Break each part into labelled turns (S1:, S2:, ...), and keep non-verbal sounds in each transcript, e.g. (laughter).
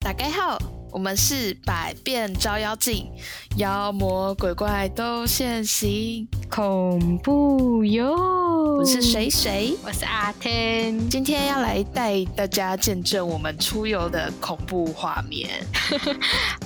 S1: 大家好，我们是百变招妖镜，妖魔鬼怪都现形。
S2: 恐怖哟！
S1: 我
S2: 我
S1: 是？谁谁？
S2: 我是阿天。
S1: 今天要来带大家见证我们出游的恐怖画面。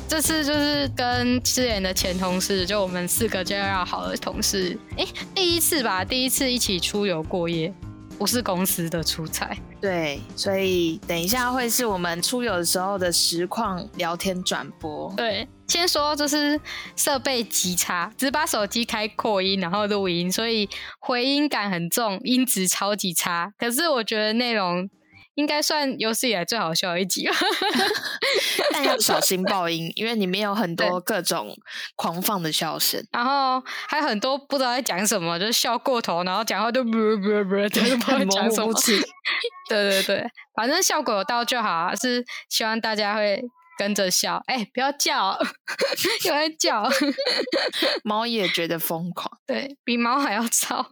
S2: 这次就是跟之前的前同事，就我们四个就要好的同事，哎，第一次吧，第一次一起出游过夜，不是公司的出差。
S1: 对，所以等一下会是我们出游的时候的实况聊天转播。
S2: 对，先说就是设备极差，只把手机开扩音，然后录音，所以回音感很重，音质超级差。可是我觉得内容应该算有史以来最好笑的一集吧。
S1: 但要小心爆音，因为里面有很多各种狂放的笑
S2: (laughs)
S1: 声。
S2: 然后还有很多不知道在讲什么，就是笑过头，然后讲话都不不不，就是不知道在讲什
S1: 模
S2: 么
S1: 糊不。清
S2: (laughs) 对对对，反正效果有到就好啊，是希望大家会跟着笑。哎，不要叫， (laughs) 有人叫，
S1: 猫也觉得疯狂。
S2: 对比猫还要吵。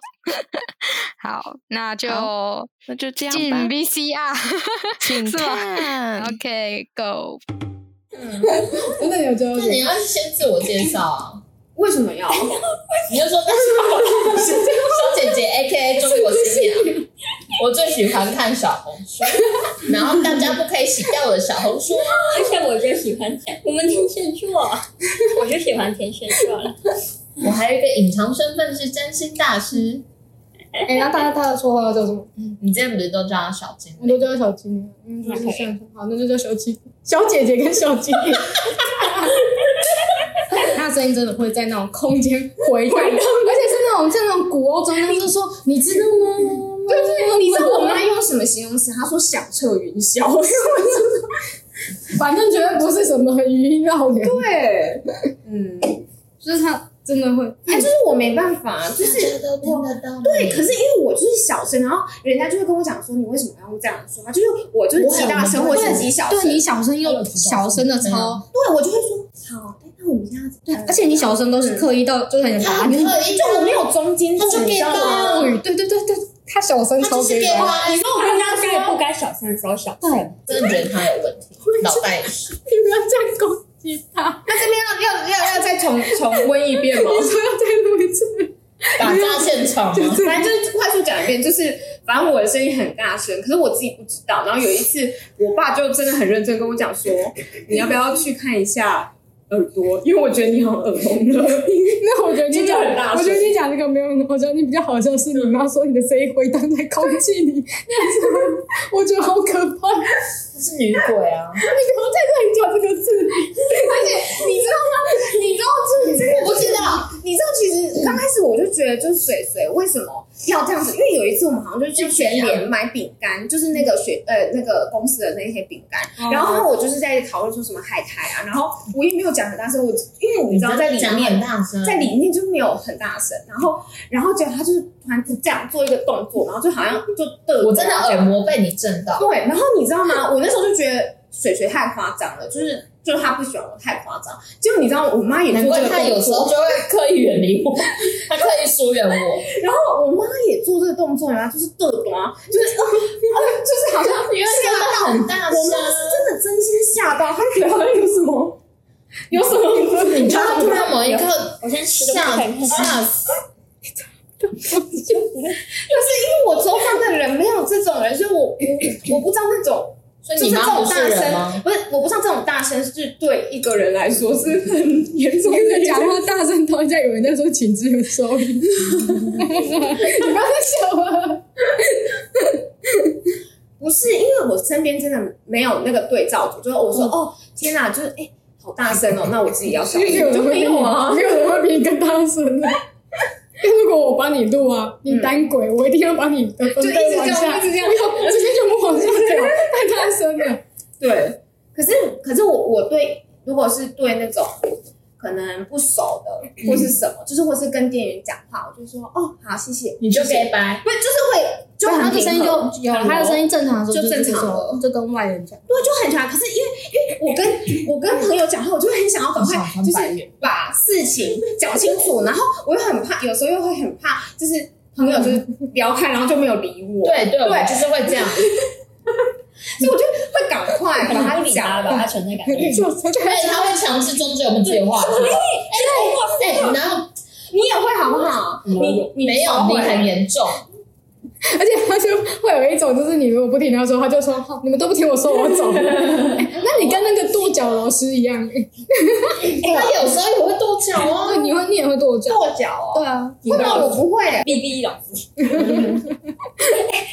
S2: 好，那就
S1: 好那就这样
S2: 进
S1: 吧， (laughs) 嗯
S2: VCR。
S1: 请
S2: 是吗
S1: 看。
S2: OK，Go、
S3: 我等有交
S4: 那你要先自我介绍啊，
S3: 为什么要？
S4: (laughs) 你就说那是我的小姐姐 A K A 中国新娘。我最喜欢看小红书，然后大家不可以洗掉我的小红书哦。
S5: 而且我就喜欢我们天蝎座，我就喜欢天蝎座了。
S4: 我还有一个隐藏身份是占星大师，
S3: 哎、那大家他的绰号叫什么？
S4: 你之前不是都叫他小精
S3: 我
S4: 灵？
S3: 都叫小金，嗯，就是这样。好，那就叫小金小姐姐跟小 (laughs) 金。她的声音真的会在那种空间回荡，而且是那种像那种古欧中那种，就是说你知道吗？就是你知道我妈用什么形容词？她说响彻云霄，我就知道反正绝对不是什么余音绕梁。对，嗯，就是她真的会，哎，就是我没办法，就
S4: 大家都听得到。对
S6: 可是因为我就是小声，然后人家就会跟我讲说你为什么要用这样说话，就是我就是极大声，我是极小声，
S3: 对你小声
S4: 又
S3: 又
S4: 小
S3: 小
S4: 声
S3: 声
S4: 的
S3: 的
S4: 超
S3: 超，
S6: 对我就会说好，哎那我们这样子，
S3: 对，而且你小声都是刻意到就是很
S4: 他
S3: 把
S4: 很
S3: 你
S4: 刻意，
S6: 就我没有中间值，
S4: 他就
S6: 你知道吗？
S4: 给
S3: 对对对对，他小声
S4: 他
S3: 超
S4: 就是
S3: 给
S4: 给
S3: 的
S4: 我，啊
S5: 你说我们刚刚不该小声的时候小声，
S4: 真的觉得他有问题，脑袋也是。
S3: 你不要这样攻击他，
S6: 那这边要要要要再重重温一遍
S3: (laughs)
S6: 吗？ (laughs)
S3: 你说要再录一次，
S4: 打架现场
S6: (laughs)
S4: 吗？
S6: 反正就是快速讲一遍，就是反正我的声音很大声，可是我自己不知道。然后有一次，我爸就真的很认真跟我讲说，你要不要去看一下耳朵，因为我觉得你好像耳聋了。
S3: (laughs) 那我觉得你讲
S6: 真的很大，声
S3: 我觉得你讲这个没有很好笑，你比较好笑是你妈说你的声音回荡在空气里，我觉得好可怕，
S4: 他是女鬼啊！
S3: 你讲这个字，
S6: 你知道吗？你知道就是这个，我知道。你知道，其实刚开始我就觉得，就是水水为什么要这样子？因为有一次我们好像就是去全联买饼干，就是那个学呃那个公司的那些饼干，
S3: 哦
S6: 然后我就是在讨论说什么海苔啊，然后我也没有讲很大声，我因为你知道在里
S4: 讲
S6: 面
S4: 很大声，
S6: 在里面就没有很大声，然后然后结果他就是突然这样做一个动作，然后就好像就对
S4: 我真的耳膜被你震到。
S6: 对，然后你知道吗？我那时候就觉得水水太夸张了，就是就是他不喜欢我太夸张。结果你知道，我妈也
S4: 难
S6: 做这
S4: 怪
S6: 个
S4: 他有
S6: 动
S4: 时候
S6: 作，
S4: 就会刻意远离我，他刻意疏远我。
S6: 然后我妈也做这个动作，然后就是嘚嘚啊，就是就是好像
S4: 因为他很大
S6: 我妈是 (laughs) 真的真心吓到，她觉得好像有什么有什 (laughs) 么，
S4: 你知道突然某一刻
S5: 我先吃
S4: 吓吓死，
S6: 因为我手上的人没有这种人，所以我我我不知道那种。
S4: 所以
S6: 就是
S4: 你
S6: 这
S4: 妈
S6: 种
S4: 不
S6: 大
S4: 是人
S6: 声，
S4: 吗？
S6: 不是，我不知道这种大声是对一个人来说是 (laughs) 很严重
S3: 我
S6: 的
S3: 跟
S6: 一
S3: 你
S6: 件
S3: 讲话大声到人家以为在说请支援收银，你不要再笑了，
S6: 不是，因为我身边真的没有那个对照组，就是我说、哦天哪，就是哎、好大声哦，那我自己要小心， (laughs) 我就没有啊。
S3: 没有人会比你更大声的。因为如果我帮你录啊，你单轨，我一定要把你的分
S6: 就一直
S3: 贝往
S6: 这样
S3: 下，
S6: 一直这样
S3: 没有直接全部往下掉，太大声了。
S6: 对，可是可是我我对如果是对那种可能不熟的或是什么，就是或是跟店员讲话，我就说哦好谢谢，
S4: 你就 gay 白，
S6: 不是就是会就
S3: 他
S6: 很
S3: 的
S6: 平
S3: 声音
S6: 和
S3: 就有了，他的声音正常的时候
S6: 就正
S3: 这
S6: 常
S3: 种
S6: 了
S3: 就跟外人讲。
S6: 对就很喜欢。可是因为因为我跟我跟朋友讲话，我就很想要赶快就是把事情讲清楚，然后我又很怕，有时候又会很怕，就是朋友就是聊开，然后就没有理我。
S4: 对对，
S6: 对
S4: 我就是会这样。
S6: 所以我就会赶快把它
S5: 不理他
S6: 讲
S5: 吧，他
S6: 完。
S5: 存在感。
S6: 就就
S4: 而且哎他会强制终止我们自己的话题。哎、然后
S6: 你也会好不好？
S5: 你
S4: 没有，你很严重。
S3: 而且他就会有一种，就是你如果不听他说，他就说好，你们都不听我说，我走。那你跟那个跺脚老师一样，欸
S4: 他有时候也会跺脚啊
S3: 对，。你会你也会跺脚。
S6: 跺脚哦，
S3: 对啊，
S6: 会吗？我不会，
S5: B B 老师，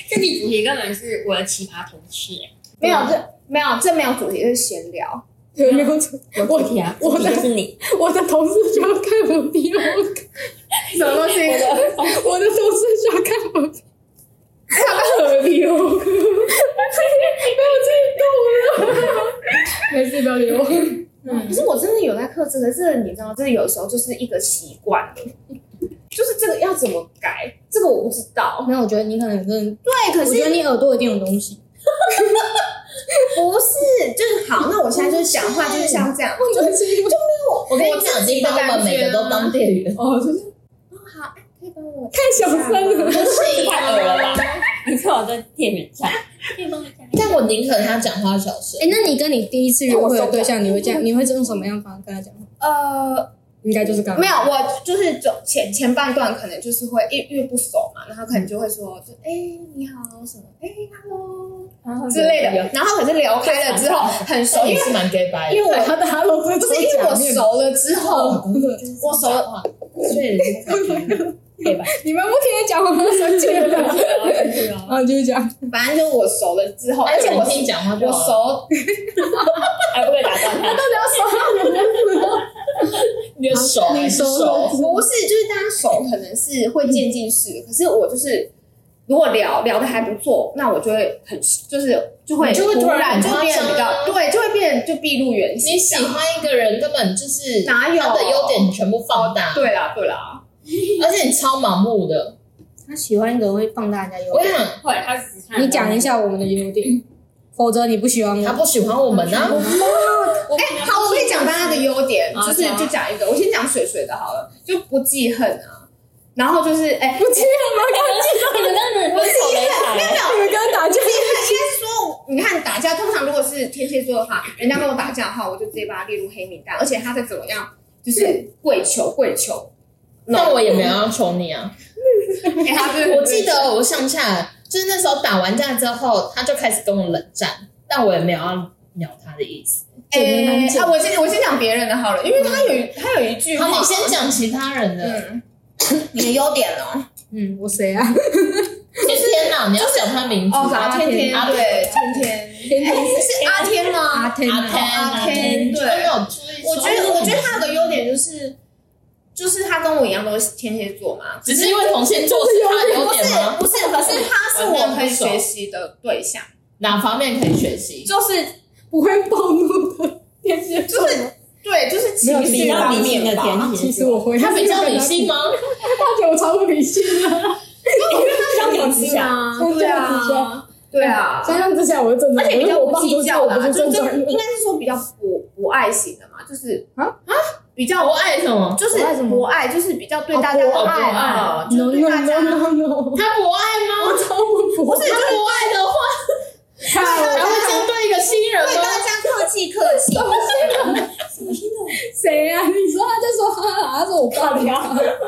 S5: 这题主题根本是我的奇葩同事。
S6: 没有这没有这没有主题是闲聊。
S3: 有没有错？
S5: 我题啊，
S3: 我的
S5: 是你，
S3: 我的同事就要看我比我高，
S6: 什么东西？
S3: 我的同事就要看我比我比我高，被我自己逗了。没事，不要理我。
S6: 可是我真的有在克制，可是你知道，这有时候就是一个习惯了，就是这个要怎么改，这个我不知道。
S7: 没有，我觉得你可能真的，
S6: 对，可
S7: 我觉得你耳朵一定有东西。
S6: 不是，就是好，那我现在就是讲话就是像这样，就是
S4: 我跟你讲，已经把我们每个都当店员，
S3: 哦，就是
S6: 好，哎可以帮我
S3: 太小
S6: 啊
S3: 声了。
S4: 不行
S5: (laughs) 太恶了吧？你看我在店员上，
S4: 但我宁可他讲话小声。
S7: 哎，那你跟你第一次约会的对象，你会这样，你会用什么样的方法跟他讲话？
S6: 呃，
S3: 应该就是刚刚
S6: 没有，我就是走前前半段可能就是会越越不熟嘛，然后可能就会说，就哎、你好什么，哎、hello 之类的，然后可是聊开了之后很熟，
S4: 手
S6: 因
S4: 也
S6: 为
S4: 是蛮 gay 白的
S6: 因为我
S3: 他打我
S6: 不是因为我熟了之后，我熟了，
S3: 你们不听我讲，我们生气
S5: (laughs)
S3: 了。啊，就是这样。
S6: 反正就是我熟了之后，而且我
S4: 听
S6: 是
S4: 讲话就
S6: 我
S4: 好了，
S6: 熟，
S5: 哎还不会打断他。
S4: 你的手还是手，
S6: 不是就是大家熟可能是会渐进式，可是我就是。如果聊聊的还不错，那我就会很就是就会
S4: 你就会突然
S6: 然
S4: 很
S6: 就变得比
S4: 夸张
S6: 较
S4: 啊
S6: 对，就会变得就毕露原形。
S4: 你喜欢一个人根本就是
S6: 哪有
S4: 他的优点全部放大，
S6: 对啦，对啦，
S4: 而且你超盲目的。
S7: 他喜欢一个人会放大人家优
S4: 我跟
S7: 点。
S4: 你讲，
S5: 后来他只看
S7: 你讲一，下我们的优点，否则你不喜欢
S4: 他
S7: 我。
S4: 不喜欢我们呢、啊，
S6: 哎、好，我可以讲大家的优点，
S5: 啊
S6: 就是
S5: 讲啊
S6: 就讲一个，我先讲水水的好了，就不记恨啊，然后就是哎、不记
S5: 你们那人分手没
S6: 没有
S5: 来？
S6: 没有，
S7: 啊
S3: 你们刚刚打架，
S6: 因为说你看打架，通常如果是天蝎座的话，人家跟我打架的话，我就直接把他列入黑名单，而且他再怎么样，就是跪求跪求，
S4: 但我也没有要求你啊。 (laughs)
S6: 哎、他就是
S4: 我记得我想起来，就是那时候打完架之后，他就开始跟我冷战，但我也没有要鸟他的意思。
S6: 哎、啊，我先我先讲别人的好了，因为他有一他有一句
S4: 好，
S6: 话，
S4: 你先讲其他人的。
S6: 嗯，你的优点哦。
S7: 嗯，我谁啊？
S4: 天天呐，你要讲他名字
S6: 哦，阿
S4: 啊，
S6: 天天，
S4: 阿
S6: 对，天天，天天是阿天吗？
S7: 阿天啊
S4: 阿天，
S6: 啊阿天
S4: 就
S6: 对
S4: 没有注意说。
S6: 我觉得，我觉得他有个优点就是，就是他跟我一样都是天蝎座嘛。
S4: 只是因为同性做是他的优
S6: 不是
S4: 点吗？
S6: 不是，可是他是我可以学习的对象，
S4: 哪方面可以学习？
S6: 就是
S3: 不会暴怒的。
S6: 就是对，就是情绪
S5: 比较
S6: 方
S5: 理性
S6: 面
S5: 的
S6: 吧。
S5: 甜
S3: 其
S5: 甜
S3: 实我回
S4: 他比较理性吗？啊
S3: 他觉得我超不理性的。
S5: 相较之下，
S6: 啊
S3: 相较之
S6: 对
S3: 下
S6: 啊，对啊，
S3: 相相之下，我是正常人，
S6: 而且比较
S3: 我爸
S6: 不计较
S3: 我
S6: 啦，
S3: 不
S6: 就是
S3: 正
S6: 是
S3: 常人
S6: 应。该是说比较不不爱型的嘛，就是
S3: 啊
S6: 啊，比较
S4: 我爱什么？
S6: 就是
S3: 博爱什么
S6: 博爱，就是比较对大家
S3: 哦
S4: 博爱
S6: 啊，就
S3: no
S6: 是对
S3: no
S6: 大家
S3: no no no，
S4: 他不爱吗？
S3: 我超不
S6: 不
S3: 服。
S6: 是，就是我爱的话，
S4: 他会这样对一个新人
S6: 对
S4: 吗？
S6: 大家客气客气。
S4: 哦
S3: 谁啊？你说他就说哈哈，他说我爸聊，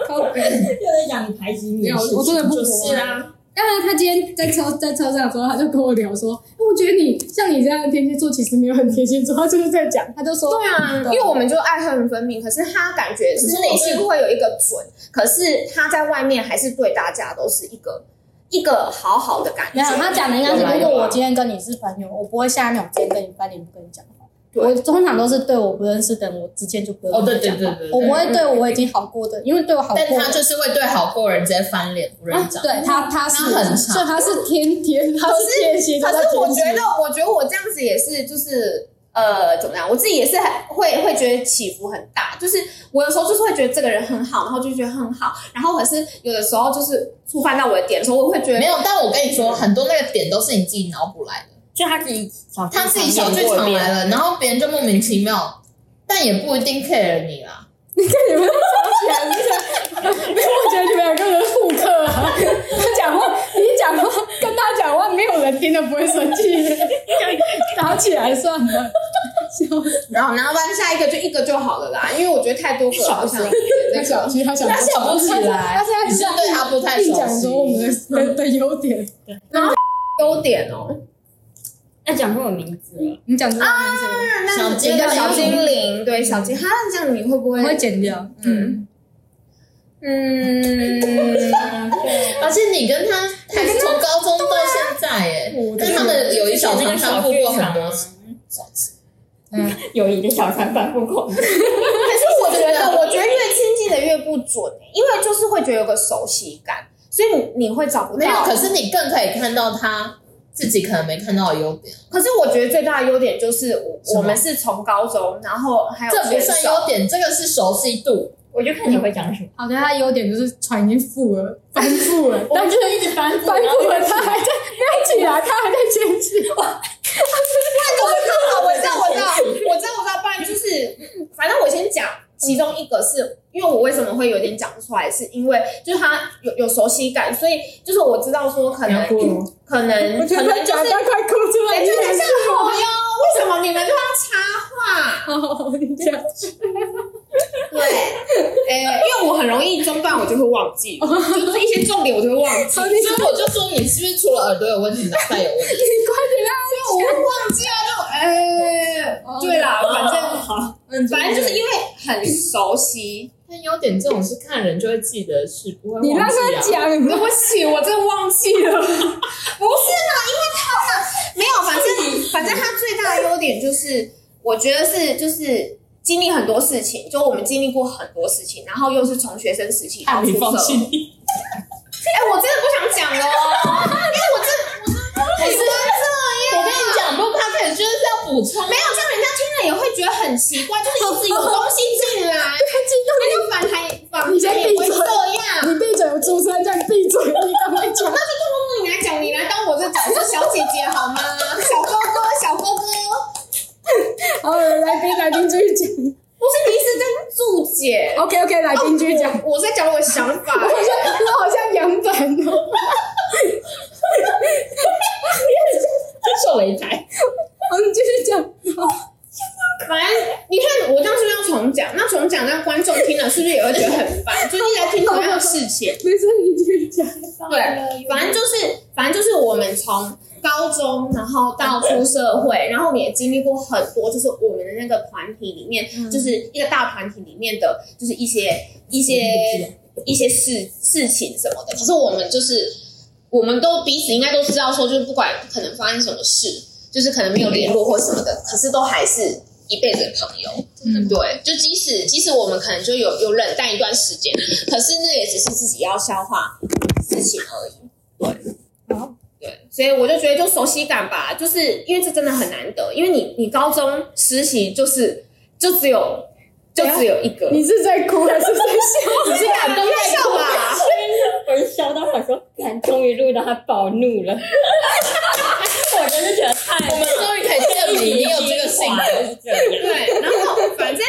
S3: 靠北
S5: 又在讲你排挤你
S3: 没有，我真的不服
S4: 是
S3: 啊。
S4: 啊，
S3: 当然，他今天在车在车上的时候，他就跟我聊说，哎我觉得你像你这样的天蝎座，其实没有很天蝎座，他就是在讲，他就说，
S6: 对啊，因为我们就爱恨分明，可是他感觉是内心会有一个准，可是他在外面还是对大家都是一个一个好好的感觉。
S7: 没有，他讲的应该
S4: 有啦
S7: 是，如
S4: 有
S7: 果
S4: 啦
S7: 我今天跟你是朋友，我不会下那种直接跟你翻脸不跟你讲话。
S6: 对
S7: 我通常都是对我不认识的人，我直接就不会
S4: 哦对
S7: 跟他
S4: 对
S7: 讲话
S4: 对对对
S7: 我不会对我已经好过的，因为对我好过
S4: 但
S7: 的，
S4: 他就是会对好过人直接翻脸不
S6: 啊
S4: 认账。
S7: 对他他是
S4: 他很差
S3: 所以他是天天，他是天蝎，
S6: 可
S3: 他
S6: 是我
S3: 天蝎
S6: 觉得，我觉得我这样子也是，就是呃，怎么样？我自己也是很会会觉得起伏很大，就是我有时候就是会觉得这个人很好，然后就觉得很好，然后可是有的时候就是触犯到我的点的时候，我会觉得
S4: 没有，但我跟你说，很多那个点都是你自己脑补来的。
S5: 就他自己小
S4: 他自己小剧场来了，然后别人就莫名其妙，但也不一定 care 你啦。
S3: 你看你们在吵
S8: 来我就觉得，没有，我觉得你们两个人互克啊。他讲话，你讲话跟他讲话，没有人听了不会生气的，打起来算了。笑死
S6: 然后，然后不然下一个就一个就好了啦，因为我觉得太多个好像那
S8: 那小
S6: 个。
S8: 鸡他想
S6: 他想
S8: 不
S6: 起来
S8: 他现在
S4: 你
S8: 只
S4: 是对他不太
S8: 硬
S4: 熟
S8: 讲
S4: 悉
S8: 说。我们的的的优点，
S6: 优点哦，
S5: 那讲出我名字了，
S7: 你讲出来名字，
S6: 啊
S4: 小精灵
S6: 那小精灵，对小精，哈，那这样你会不
S7: 我会
S6: 会？
S7: 剪掉。
S6: 嗯嗯，
S4: 而且你跟他还是从高中到现在耶，
S8: 我的
S4: 但他们有一小
S5: 那个
S4: 团
S5: 小
S4: 相互
S5: 剧
S4: 过很
S5: 场
S4: 多
S5: 啊
S4: 次。，
S5: 友谊的小船反复过。
S6: 可是我觉得，
S4: (laughs)
S6: 我觉得越亲近的越不准、欸因为就是会觉得有个熟悉感，所以你你会找不
S4: 没有，
S6: 到。
S4: 可是你更可以看到他自己可能没看到的优点，
S6: 可是我觉得最大的优点就是我
S4: 什么
S6: 我们是从高中，然后还有
S4: 这不算
S6: 选手
S4: 优点，这个是熟悉度。
S5: 我就看你会讲什么。
S8: 好的，他的优点就是船已经覆了，翻覆了，但是
S5: 一直反
S8: 翻覆了，他还在那起来，他还在前进。
S6: 啊，我知道，
S4: (laughs)
S6: 我知道，我知道，我知道。不然就是，反正我先讲其中一个是，因为我为什么会有点讲不出来，是因为就是他有有熟悉感，所以就是我知道说可能可能
S8: 我觉
S6: 可
S8: 得他
S6: 能就
S8: 讲
S6: 是。
S8: 到快哭出来，
S6: 哎，就很像我哟！为什么你们都要插话？
S8: 哦，你这样
S6: (laughs) 对，哎、因为我很容易中断，我就会忘
S8: (laughs)
S6: 记，就是一些重点我就会忘记，
S4: (laughs) 所以我就说你是不是除了耳朵有问题，脑袋有问题？
S6: 我会忘记啊，就哎、对啦，反正
S5: 好，
S6: 反正就是因为很熟悉，
S4: 但优点这种是看人就会记得，是不会忘
S8: 你让
S4: 记
S8: 他
S4: 啊。
S8: 讲，
S6: 对不起，我真的忘记了。不是啦，因为他呢，没有，反正反正他最大的优点就是，我觉得是就是经历很多事情，就我们经历过很多事情，然后又是从学生时期到出社会。哎、我真的不想讲了哦，因为我真我真我是这
S4: 我
S6: 样
S4: 跟。你讲，录 p o d 就是要补充，
S6: 没有，这样人家听了也会觉得很奇怪，就是一直有东西进来，人家哎反台反
S8: 你先
S6: 台也不会
S8: 闭嘴
S6: 这样。
S8: 你闭嘴，主持人叫你闭嘴，你赶快讲。
S6: 那你来讲，你来当我 (laughs) 的角色小姐姐好吗？小哥哥，小哥哥，
S8: 好， (laughs) 来宾来宾继续讲。
S6: 不是你一直在注解，
S8: OK OK，来宾继续哎
S5: (laughs)
S8: 讲。
S6: 哦我在讲我的想法。
S8: (laughs) 我好像我好像杨本哦，
S4: 受了一台。
S8: 好，你继续讲。
S6: 反正你看，我这样是不是要重讲？那重讲，那观众听了是不是也会觉得很
S8: (laughs)
S6: 烦？就一直在听同样的事情。
S8: 没事，你继续讲。
S6: 对，反正就是，反正就是我们从高中，然后到出社会，然后我们也经历过很多，就是我们的那个团体里面，
S8: 嗯
S6: 就是一个大团体里面的，就是一些一
S8: 啊
S6: 些一些事事情什么的。可是我们就是，我们都彼此应该都知道，说就是不管可能发生什么事，就是可能没有联络或什么的，可是都还是一辈子的朋友。嗯，对，就即使即使我们可能就有有冷淡一段时间，可是那也只是自己要消化事情而已。对，所以我就觉得就熟悉感吧，就是因为这真的很难得，因为你你高中实习就是就只有就只有一个，
S8: 你是在哭还是在笑？
S6: 啊你是感动啊在笑吧？
S5: (laughs) 我就笑到想说，看，终于录到他暴怒了。我真的觉得太
S4: 我们终于可以证明你有这个性格。
S5: 是这样。
S6: 对，然后反正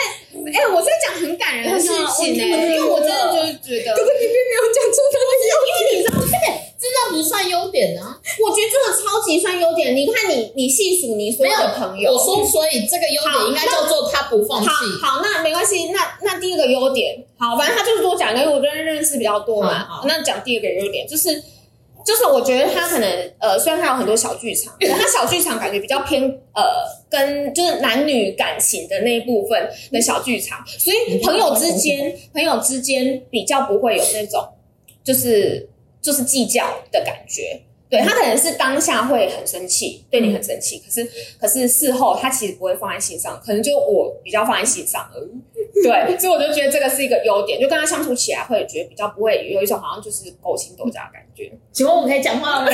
S6: 哎、我在讲很感人的事情欸呢、因为我真的就是觉得，
S8: 你并没有讲出
S6: 因为你知道这个，
S4: 这不算优点啊！
S6: 我觉得这个超级算优点。你看你你细数你所有的朋友，
S4: 我说，所以这个优点应该叫做他不放弃。
S6: 好好，那没关系，那那第二个优点，好，反正他就是多讲一个，因为我真的认识比较多嘛。
S4: 好好
S6: 那讲第二个优点就是。就是我觉得他可能呃，虽然他有很多小剧场，可是他小剧场感觉比较偏呃，跟就是男女感情的那一部分的小剧场，所以朋友之间朋友之间比较不会有那种就是就是计较的感觉。对他可能是当下会很生气，对你很生气，可是可是事后他其实不会放在心上，可能就我比较放在心上而已。对，所以我就觉得这个是一个优点，就跟他相处起来会觉得比较不会有一种好像就是勾心斗角的感觉。
S4: 请问我们可以讲话吗？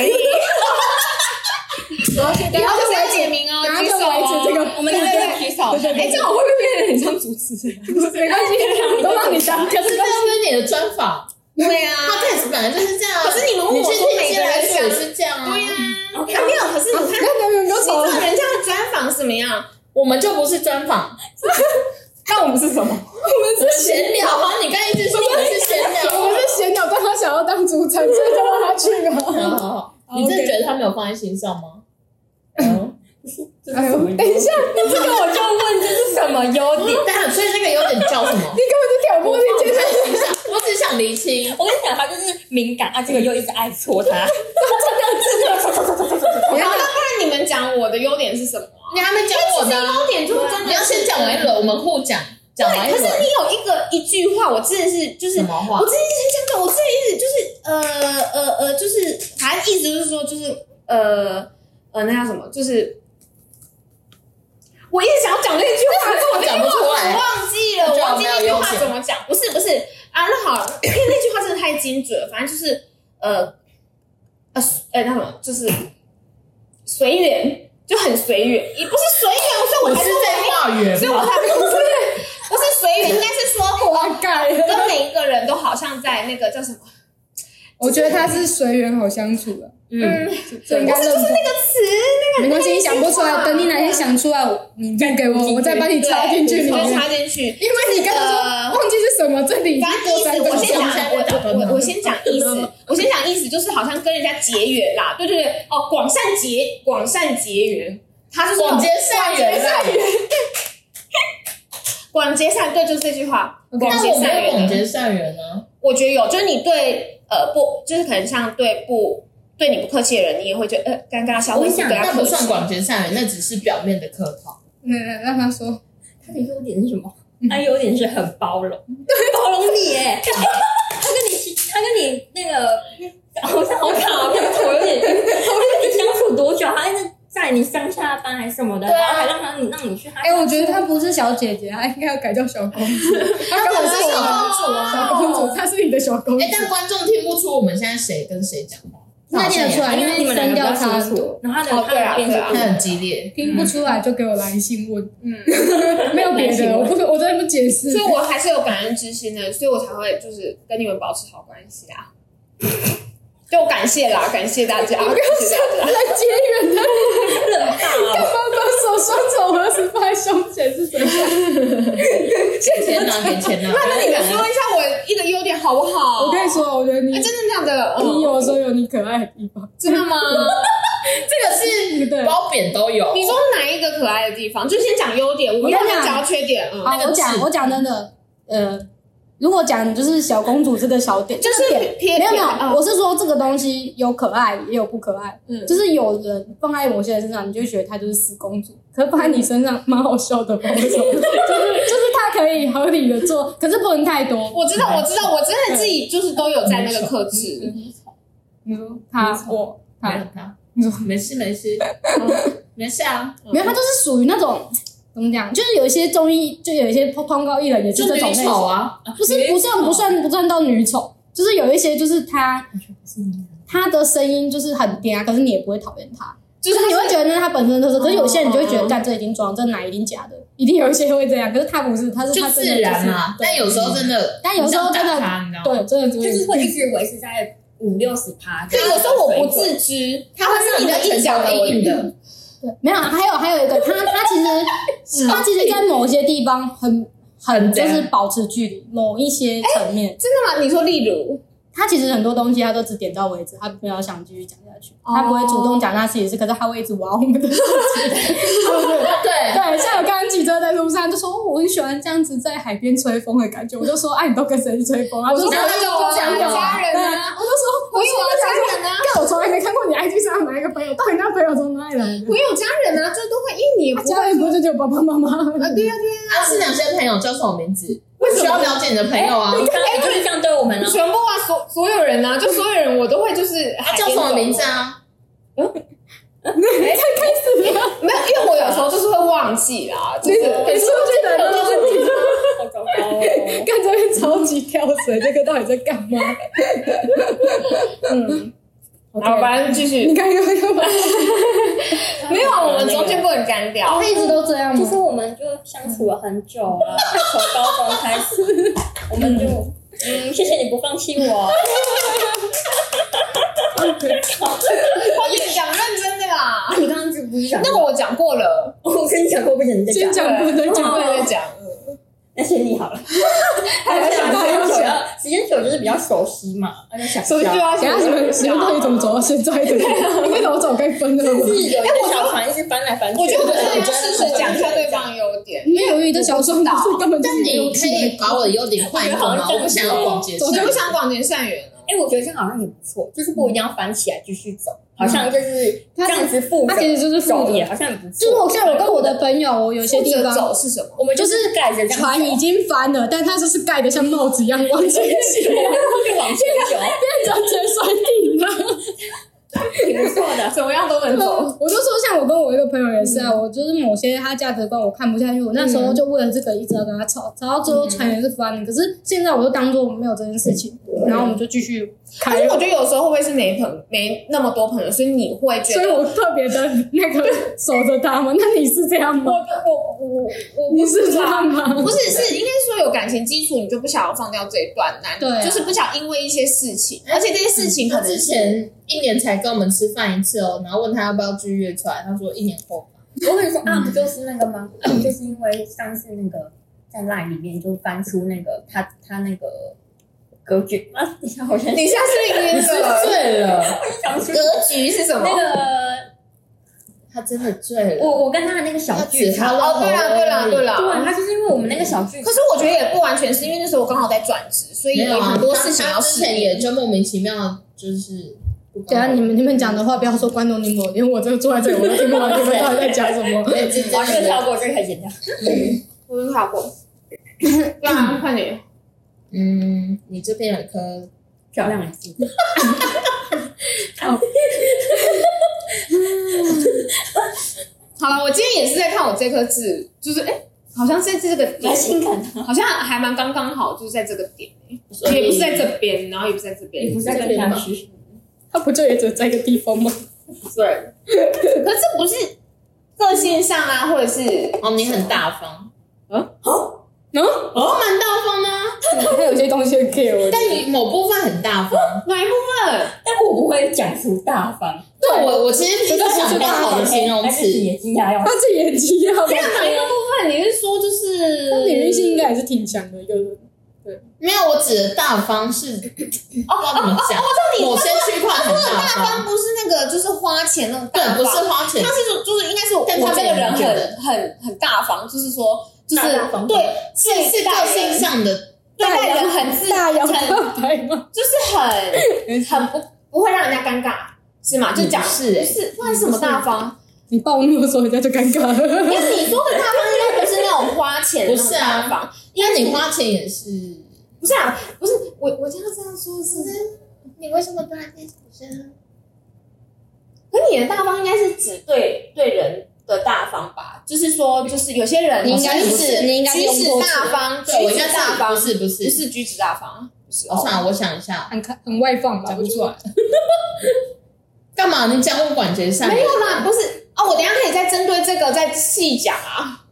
S6: 然后就是要解明哦，
S8: 然后
S6: 举
S8: 就
S6: 手
S8: 维
S6: 哦，
S8: 持这个
S6: 我们
S8: 对
S6: 对举手。哎，这样我会不会变得很像主持人？
S8: 没 (laughs) 关系，都让你 (laughs) 当。
S4: 可是这就是你的专访，
S6: 对啊，
S4: 他开始本来就是这样啊。
S6: 可是你们问
S4: 你
S6: 我
S4: 去
S6: 说
S4: 听
S6: 每
S4: 接
S6: 个
S4: 来
S6: 人
S4: 水
S6: 想
S4: 是这样啊
S6: 对。啊，啊没有，可是
S5: 哦
S6: 你看，
S8: 那你们
S6: 你
S8: 都
S6: 知
S8: 走
S6: 道
S8: 了。
S6: 人家的专访是什么样？
S4: 我们就不是专访，
S6: 那我们是什么？
S4: 我们闲聊啊，你刚才一直说我们是闲聊
S8: 我
S4: 啊。
S8: 是闲聊，但他想要当主持人，所以就让他去吧。 (laughs)
S4: 好好好，你真的觉得他没有放在心上吗？嗯，
S8: 哎呦，等一下，你
S5: 这个我就问这是什么优
S6: (laughs)
S5: 点？
S4: 但所以那个优点叫什么？
S8: 根本就挑拨离间，
S4: 我只想厘清，
S5: 我跟你讲，他就是敏感啊，这个又一直爱戳他，这个这个这个这个，
S6: 然后那不然你们讲我的优点是什么啊？
S4: 你还没讲我的啊。
S5: 优点就是真
S4: 你要先讲完一轮，我们互讲，讲完一
S6: 对，可
S4: 轮。
S6: 是你有一个一句话，我真的是就是
S4: 什么话
S6: 我之前很想讲，我之前一直就是呃呃呃，就是反正意思就是说，就是呃呃，那叫什么？就是我一直想要讲那句话，可是我那句话我忘记了，我忘记那句话怎么讲。不是不是啊，那好，因为那句话真的太精准了，反正就是呃呃呃，那什么，就是随缘，就很随缘，也不是随缘，所以我才说我没有
S4: 化
S6: (laughs)
S4: 缘
S6: 所以我才不是不是随缘，应该是说我跟每一个人都好像在那个叫什么，
S7: 我觉得他是随缘好相处的，
S6: 嗯，
S7: 这应该认同。
S6: 那个词那个
S7: 没关系，你想不出来，等你哪天想出来，我你再给我，我再把你插进去里
S6: 对我就
S7: 面。
S6: 插进去，呃
S7: 因为你刚刚说忘记是什么，这里
S6: 反正意思，我先讲，
S4: 我先讲
S6: 我我我先讲意思，我先讲意思，就是好像跟人家结缘啦，对对对，哦，广善结广善结缘，他就是
S4: 广结善缘啊啦
S6: 广结善缘，广结善对，就是这句话，广
S4: 那
S6: 结
S4: 我没
S6: 善
S4: 有广
S6: 缘，
S4: 结善缘啊呢？
S6: 我觉得有，就是你对呃不，就是可能像对不对你不客气的人，你也会觉得呃尴尬，笑，
S4: 我
S6: 或者是
S4: 想
S6: 对
S4: 那
S6: 他
S4: 不
S6: 客气
S4: 算。广结善缘，那只是表面的客套。
S7: 来来让他说，
S5: 他的优点是什么？他优点是很包容，包容你耶。他跟你他跟你那个，好像好卡哦，我有点，我跟你相处多久？他一直在你上下班还是什么
S8: 啊
S5: 的，然后还让他你让你去他。
S7: 哎，我觉得她不是小姐姐，她应该要改叫小公主。她根本是我
S4: 公
S8: 小
S4: 主啊！
S8: 公主，她是你的小公主
S4: 哎，。但观众听不出我们现在谁跟谁讲话，
S7: 那念得出来，因为声调差很多，
S5: 多，然后他的他的变
S4: 那很激烈。
S7: 听不出来就给我来信问。嗯， (laughs) 没有别的，我不，我真的不解释 (laughs)
S6: 所。以，我还是有感恩之心的，所以我才会就是跟你们保持好关系啊。就感谢啦，感谢大家，感谢
S7: (laughs)
S6: 大家。
S8: 来结缘的，干嘛把手双手合十放在胸前是什么？
S4: 给钱拿，给钱拿。
S6: (laughs) 那你们说一下我一个优点好不好？
S8: 我跟你，说，我觉得你
S6: (laughs) 哎，真的假的？
S8: 你
S6: 嗯，
S8: 有时候有你可爱的地方，
S6: 真的吗？
S4: 这个
S8: 对
S4: 是
S6: 嗯
S4: 褒贬都有。
S6: 你说哪一个可爱的地方？就先讲优点，我们要不要讲缺点？嗯，
S7: 好，我讲，我讲真的，呃，如果讲就是小公主这个小点，
S6: 就是
S7: 这个点
S6: 撇撇
S7: 没有没有，
S6: 嗯
S7: 我是说这个东西有可爱也有不可爱，
S6: 嗯
S7: 就是有人放在某些人身上，你就会觉得她就是死公主，可是放在你身上蛮好笑的，不知道
S6: (laughs)
S7: 为什么就是就是她可以合理的做，可是不能太多。
S6: 我知道，我知道，我真的自己就是都有在那个克制。
S7: 你说她我
S4: 没
S7: 她
S4: 有他，没事没事，没事啊。
S7: 没有，她就是属于那种。怎么讲？就是有一些综艺，就有一些通告艺人也是
S4: 就
S7: 这种类
S4: 女
S7: 型，
S4: 丑啊，
S7: 不是不算不算不算到女丑，就是有一些就是她她的声音就是很嗲，可是你也不会讨厌她，就是嗯你会觉得那是她本身的特色。可是有些人就会觉得，干这已经装，这奶一定假的，一定有一些会这样。可是她不是，她是
S4: 就
S7: 她真的
S4: 自然啊啦。
S7: 就是
S4: 但有时候真的，
S7: 但有时候真的
S4: 你这样打他你知道吗
S7: 对，真的就
S5: 就是
S7: 是
S8: 嗯
S5: 会一直维持在五六十趴。
S6: 可有时候我不自知，它会是你的一角
S4: 硬硬
S6: 的。
S4: 的，
S7: 对，没有。还有还有一个，她她其实她其实在某些地方很很
S4: 这
S7: 就
S4: 样
S7: 是保持距离，某一些层面。
S6: 真的吗？你说例如，
S7: 他其实很多东西他都只点到为止，他没有想继续讲下去，
S6: 哦
S7: 他不会主动讲他自己的事，可是他会一直挖我们的事情。
S6: (laughs)
S4: 对，
S7: 对，像我刚刚骑车在路上就说，哦我很喜欢这样子在海边吹风的感觉，我就说，哎、你都跟谁吹风啊？他就说
S6: 然后就讲
S7: 对
S6: 家人啊，
S7: 我就说，我有
S6: 我有家人啊，
S7: 干，我从来没看过你 IG 上哪一个朋友，到底那朋友从哪里来的？
S6: 我有家人啊，这都会，因为你也不
S7: 他家人不就只有爸爸妈妈？
S6: 啊，对呀、对
S4: 啊，
S6: 呀、
S4: 是哪些朋友叫什么名字？我需要了解你的朋友啊，
S5: 哎，就是这样对我们
S8: (laughs)
S5: 了。
S6: 全部啊，所所有人啊，就所有人，我都会就是
S4: 他
S6: 他
S4: 叫什么名字？啊？
S6: 没有，因为我有时候就是会忘记啦，就是
S8: 你是不是觉得就是你
S5: 好糟
S8: (laughs)
S5: 糕哦，
S8: 干这边超级跳水，这个到底在干
S7: (laughs)
S8: 嘛？
S7: 嗯
S6: 好，
S8: (laughs)
S6: 反正继续
S8: 你。看，看看
S6: 没有，
S8: 啊
S6: 我们中间不能干掉。
S7: 他一直都这样
S5: 其
S7: 吗
S5: 实？我们就相处了很久了，从高中开始，我们就嗯，谢谢你不放弃我。
S6: 我跟你讲认真的啦，
S7: 啊
S5: 你刚刚是不是讲
S6: 那个我讲过了，
S5: 我跟你讲过，不想再
S8: 先
S5: 讲。
S8: 讲不能
S6: 讲
S8: 讲
S6: 过，了再讲。
S5: 那先你好了。还有想到要久要，时间久就是比较熟悉嘛，那就想
S8: 所以就要想你们你们到底怎么走到现在的？
S7: 啊
S8: 你们怎么走该分的
S7: (laughs)
S5: 就
S8: 吗？
S5: 是有一个小船一直翻来翻去。
S6: 我觉得我们
S4: 对
S6: 要
S4: 我觉得
S6: 试着讲一下对方优点。
S8: 没有你的小双打，根本就
S4: 但你可以把我的优点换一个吗？我不想要广结
S6: 我就
S4: 善
S6: 不
S4: 缘。
S6: 想广结善缘了。
S5: 哎、我觉得这样好像也不错，就是不一定要翻起来继续走，好像就是这样子负责
S7: 他其实就是负
S5: 走也
S7: 责，
S5: 好像也不错。
S7: 就是我像我跟我的朋友，我有些地
S6: 负责
S7: 方
S6: 走是什么？
S5: 我们就是盖着这样
S7: 船已经翻了，但它就是盖的像帽子一样往前起，
S5: 就往前走，
S7: 变成潜水艇了。
S5: 挺不错的。
S6: 怎么样都能走。
S7: 啊我就说，像我跟我一个朋友也是啊，我就是某些他价值观我看不下去，我那时候就为了这个一直要跟他吵，吵到最后船也是翻了。可是现在我就当做没有这件事情，然后我们就继续
S6: 可是
S7: 开
S6: 我。觉得有时候会不会是没朋没那么多朋友，所以你会觉
S7: (laughs) 所以
S6: 得
S7: 我特别的那个守着他们。 (laughs) 那你是这样吗？你是啊这样吗？
S6: 不是是应该说有感情基础，你就不想要放掉这一段男女，
S7: 对啊
S6: 就是不想因为一些事情，而且这些事情可
S4: 他嗯
S6: 能
S4: 之
S6: 是
S4: 前一年才跟我们吃饭一次哦，然后问他要不要去乐团，他说一年后吧。
S5: 我跟你说啊，不就是那个吗？就是因为上次那个在 LINE 里面就翻出那个他他那个格局啊，等一下我先
S6: 你现在是晕了。
S4: 醉了，
S5: 想出
S6: 格局是什么
S5: 那？个
S4: 他真的醉了。
S5: 我我跟他的那个小
S4: 他
S5: 剧
S4: 只
S5: 场，
S4: 他
S6: 哦，对啦，对啦，对啦。
S5: 对，他啊就是因为我们那个小剧场
S6: 可，是我觉得也不完全是因为那时候我刚好在转职，所以
S4: 没有啊，
S6: 很多事情
S4: 他
S6: 要
S4: 他之
S6: 适
S4: 前
S6: 应。
S4: 也就莫名其妙就是不
S7: 等
S4: 跟
S7: 一
S4: 我。
S7: 下你们你们讲的话，不要说观众你我，因为我真的坐在这里，我都听不懂你们到底在讲什么。 (laughs)
S4: 对这
S5: 我这
S4: 真
S5: 个
S4: 的
S5: 跳过，这个可以剪掉。
S6: 我没考过。对啊，快点。
S4: 嗯，你这边有颗
S5: 漂亮的字，
S6: 好了，我今天也是在看我这颗痣，就是哎、好像在这个点
S5: 蛮，性感的。
S6: 好像还蛮刚刚好，就是在这个点，
S4: 所以
S6: 也不是在这边，然后也不是在这边，
S5: 你不是在跟他去？
S7: 他不就也只在一个地方吗？
S6: 对。可是这不是个性上啊，或者是
S4: 哦，你很大方，
S7: 嗯，
S4: 我蛮大方的啊，
S7: 他有些东西很 care (laughs) 我。
S4: 但你某部分很大 (laughs) 方。
S6: 哪一部分？
S5: 但我不会讲出大方，
S4: 对我，我其实不想到好的形容
S5: 还是
S4: 词。
S5: 也惊讶要
S7: 他自己也急啊，
S6: 哪一个部分？你是说就是
S7: 他领域性应该也是挺强的一个人。
S4: 没有，我指的大方哦是，不知道怎么讲，某些区块很大
S6: 大方
S4: 方，
S6: 不是那个就是花钱那种
S4: 对
S6: 大，方，
S4: 不是花钱
S6: 他，是说就是应该是我
S4: 但他
S6: 我这个人
S4: 这个人
S6: 很很很大方，就是说就是
S5: 大大方方
S6: 对
S4: 是是个性上的。
S6: 对待人很自
S7: 大摇
S6: 很
S7: 大摆吗？
S6: 就是很很不不会让人家尴尬是吗？就讲
S4: 不是欸
S6: 嗯是那是什么大方？
S7: (laughs) 你暴怒的时候，人家就尴尬了。
S6: 因为你说的大方应该不是那种花钱的那种大方，
S4: 那你花钱也是，
S6: 不是啊，不是我我这样这样说是，
S4: 你为什么对他这样？
S6: 可你的大方应该是指对对人的大方吧？就是说就是有些人
S4: 你应该
S6: 举
S4: 不
S6: 止
S4: 是你应该
S6: 举
S4: 用
S6: 止
S4: 过去
S6: 大方，
S4: 对，我应
S6: 举
S4: 该
S6: 止大
S4: 是
S6: 方
S4: 不是不
S6: 不
S4: 是？
S6: 是举止大方，不是
S4: 我想我想一下，
S7: 很开很外放吧？
S4: 讲不出来。干嘛？你讲我管节上
S6: 没有啦，不是哦，我等一下可以再针对这个再细讲啊。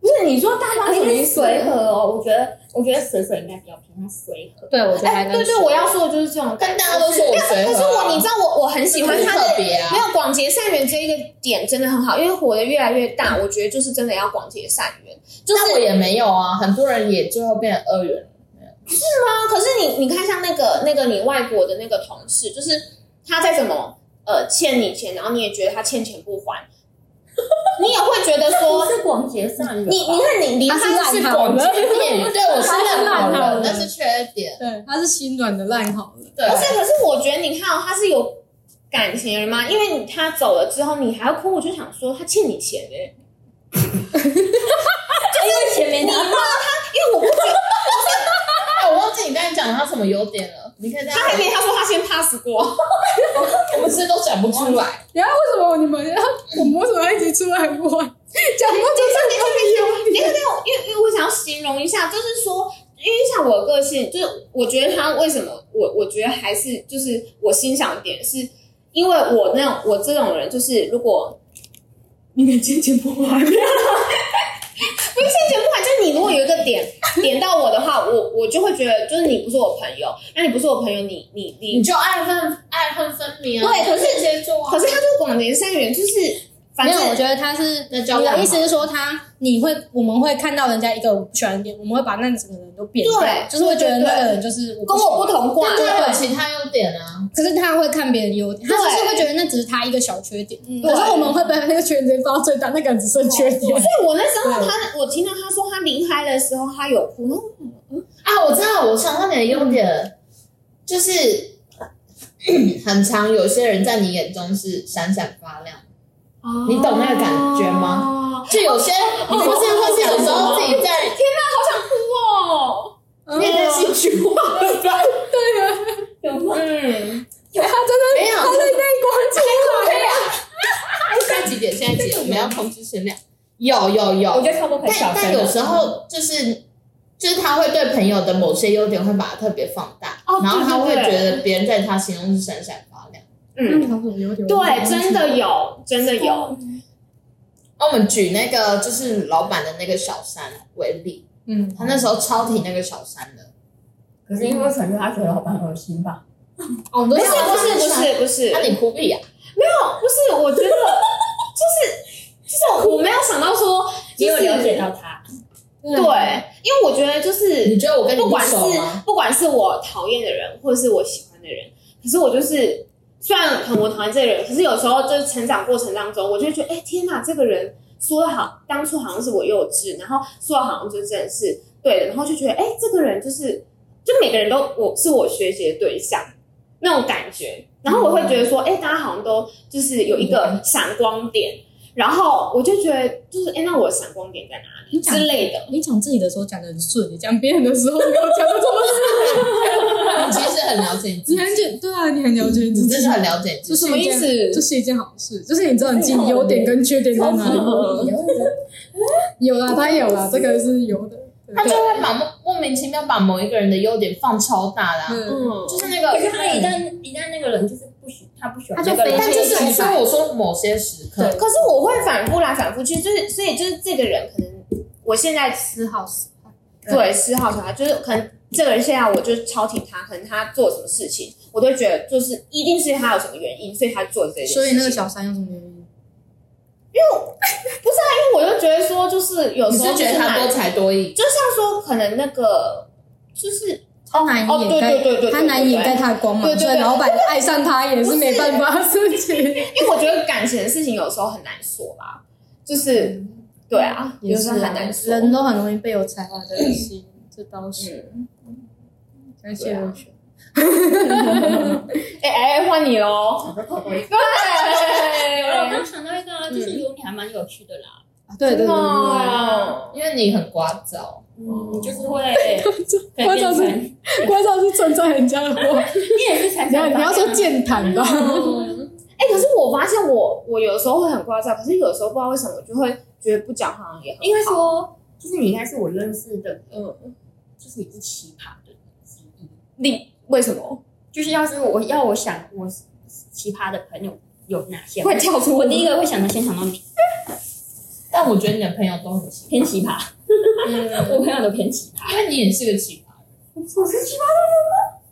S6: 不是你说大方
S5: 而
S6: 什么意
S5: 且
S6: 思？
S5: 啊随和哦，我觉得我觉得水水应该比较偏向随和。
S7: 对，我觉得还
S6: 哎，对对，我要说的就是这种感
S4: 但
S6: 觉。
S4: 大家都说我随和啊，
S6: 可是我，你知道我我很喜欢
S4: 很
S6: 他
S4: 特
S6: 的，
S4: 别啊
S6: 没。有广结善缘这一个点真的很好，因为活得越来越大，我觉得就是真的要广结善缘。就是
S4: 但我也没有啊，很多人也最后变成二元。
S6: 啊，可是你你看像那个那个你外国的那个同事，就是他再怎么呃欠你钱，然后你也觉得他欠钱不还，你也会觉得
S5: 不
S6: 说
S5: 是广结善缘吧，
S6: 你你看你离
S7: 他是
S6: 开
S7: 烂
S6: 是
S7: 好
S6: 广结
S7: 人，
S4: 对，我是烂好人，那是缺点。
S7: 对，他是心软的烂好人。
S4: 对，
S6: 不是，可是我觉得你看哦，他是有感情的人吗？因为他走了之后，你还要哭，我就想说他欠你钱哎、
S5: 因为前面你
S6: 因为我不觉得
S4: 哎，我忘记你刚才讲他什么优点了，你可以再
S6: 他还没，他说他先 pass 过，
S4: 我们是都讲不出来。
S7: 然后为什么你们要我们为什么要一起出来玩？讲过就是
S6: 因为因为因为因为我想要形容一下，就是说。因为像我的个性，就是我觉得他为什么我我觉得还是就是我欣赏的点，是因为我那种我这种人，就是如果你的金钱不还，不是金钱不还，就是你如果有一个点点到我的话，我我就会觉得就是你不是我朋友，那你不是我朋友，你你你
S4: 就爱恨爱恨分明啊
S6: 对可是
S4: 天蝎座
S6: 可是他就广结善缘，就是
S7: 没有，我觉得他是你的意思是说他，你会我们会看到人家一个不喜欢的点，我们会把那整个人都变掉，
S6: 对
S7: 就是会觉得那个人就是
S6: 跟
S7: 喜欢
S6: 我不同挂，
S7: 对
S4: 还有
S7: 对
S4: 其他优点啊，
S7: 可是他会看别人的优点，他就是会觉得那只是他一个小缺点。可是我们会把那个圈子放到最大，那个人只剩缺点。
S6: 对我那时候他，我听到他说他离开的时候他有哭，然后
S4: 啊，我知道，我想到你的优点，就是咳很常有些人在你眼中是闪闪发亮，你懂那个感觉
S6: 哦
S4: 吗？就有些你不是，或是有时候自己在，天哪，好想哭哦！你也在戏剧化了吧？
S5: 有吗？
S6: 嗯
S4: 没有，他在那一关进来呀。现在几点？现在几点？我们要通知声量。有有有，
S5: 我觉得差不多可以
S4: 但
S5: 小
S4: 但
S5: 声了。
S4: 有时候就是就是他会对朋友的某些优点会把它特别放大，然后他会觉得别人在他心中是闪闪发亮。
S6: 嗯，哦对，真的有，真的有。
S4: 那我们举那个就是老板的那个小三为例，嗯，他那时候超挺那个小三的，
S5: 可是因为可能他觉得老板恶心吧？
S4: 哦，不
S6: 不是不是不，是不是，
S4: 那你哭屁啊？
S6: 不是，我觉得就是就是我没有想到说，
S5: 你有
S6: 就是
S5: 了解到他，
S6: 对，因为我觉得就是
S4: 你觉得我跟你
S6: 不管是
S4: 熟吗？
S6: 不管是我讨厌的人，或者是我喜欢的人，可是我就是虽然可能我讨厌这个人，可是有时候就是成长过程当中，我就会觉得，哎、天哪，这个人说的好，当初好像是我幼稚，然后说的好像就真的是对的，然后就觉得，哎、这个人就是，就每个人都我是我学习的对象那种感觉，然后我会觉得说，哎、大家好像都就是有一
S4: 嗯
S6: 个闪光点。然后我就觉得，就是哎，那我的闪光点在哪里之类的？
S7: 你讲自己的时候讲的很顺，你讲别人的时候没有讲的这么顺。
S4: 你其实很了解你自己，
S7: 很解，对啊， (laughs) 你很了解你
S4: 你真的很了解你自己。
S7: 这是一件，这是一件好事，就是你知道你自己优点跟缺点在哪里。 (laughs) 有啦，他有啦，这个是有的。
S4: 他就会把莫莫名其妙把某一个人的优点放超大的、啊，
S7: 嗯，
S6: 嗯，
S4: 就是那个嗯
S5: 可是他一旦一旦那个人就是不喜，他不喜欢
S7: 他就
S5: 那个人，
S7: 非
S4: 但就是
S7: 非
S4: 所以我说某些时刻，
S6: 可是我会反复来反复去，就是所以就是这个人可能我现在
S7: 四号是
S6: 对四号小孩，就是可能这个人现在我就超挺他，可能他做什么事情，我都觉得就是一定是他有什么原因，所以他做这件事情。
S7: 所以那个小三有什么原因？
S6: 因为我就觉得说，就是有
S4: 你
S6: 时候
S4: 是觉得他多才多艺？
S6: 就像说可能那个就是
S7: 他难以掩
S6: 哦对对对对
S7: 盖，
S6: 对
S7: 他难以掩盖他的
S6: 对
S7: 光芒，
S6: 对对
S7: 所以老板爱上他也是没办法的事情。
S6: 因为我觉得感情的事情有时候很难说吧，就是对啊，
S7: 嗯
S6: 有时候很难说。嗯
S7: 人都很容易被有才华的人吸引，这倒是。感谢文学，
S6: 啊 (laughs) 哎哎，换你喽！
S5: 有了我
S6: 对，
S5: 刚想到一个啊，就是有你还蛮有趣的啦，
S7: 对对对对对，
S6: 哦，
S4: 因为你很聒噪，
S5: 嗯，就是会可以变成，你
S7: 关照是存在人家的话，
S5: 也是才
S7: (laughs) 你要你要说
S5: 见，
S7: 健谈吧，
S6: 哎、可是我发现我我有时候会很聒噪，可是有时候不知道为什么我就会觉得不讲好像也很好
S5: 因为说就是你应该是我认识的，嗯，就是你是奇葩的之一，
S6: 你为什么
S5: 就是要是我要我想我奇葩的朋友有哪些，
S6: 会跳出
S5: 我第一个会想到先想到你，
S4: 但我觉得你的朋友都很奇
S5: 偏奇葩，我朋友都偏奇葩。
S4: 葩，因为你也是个奇葩。
S5: 嗯我是奇葩，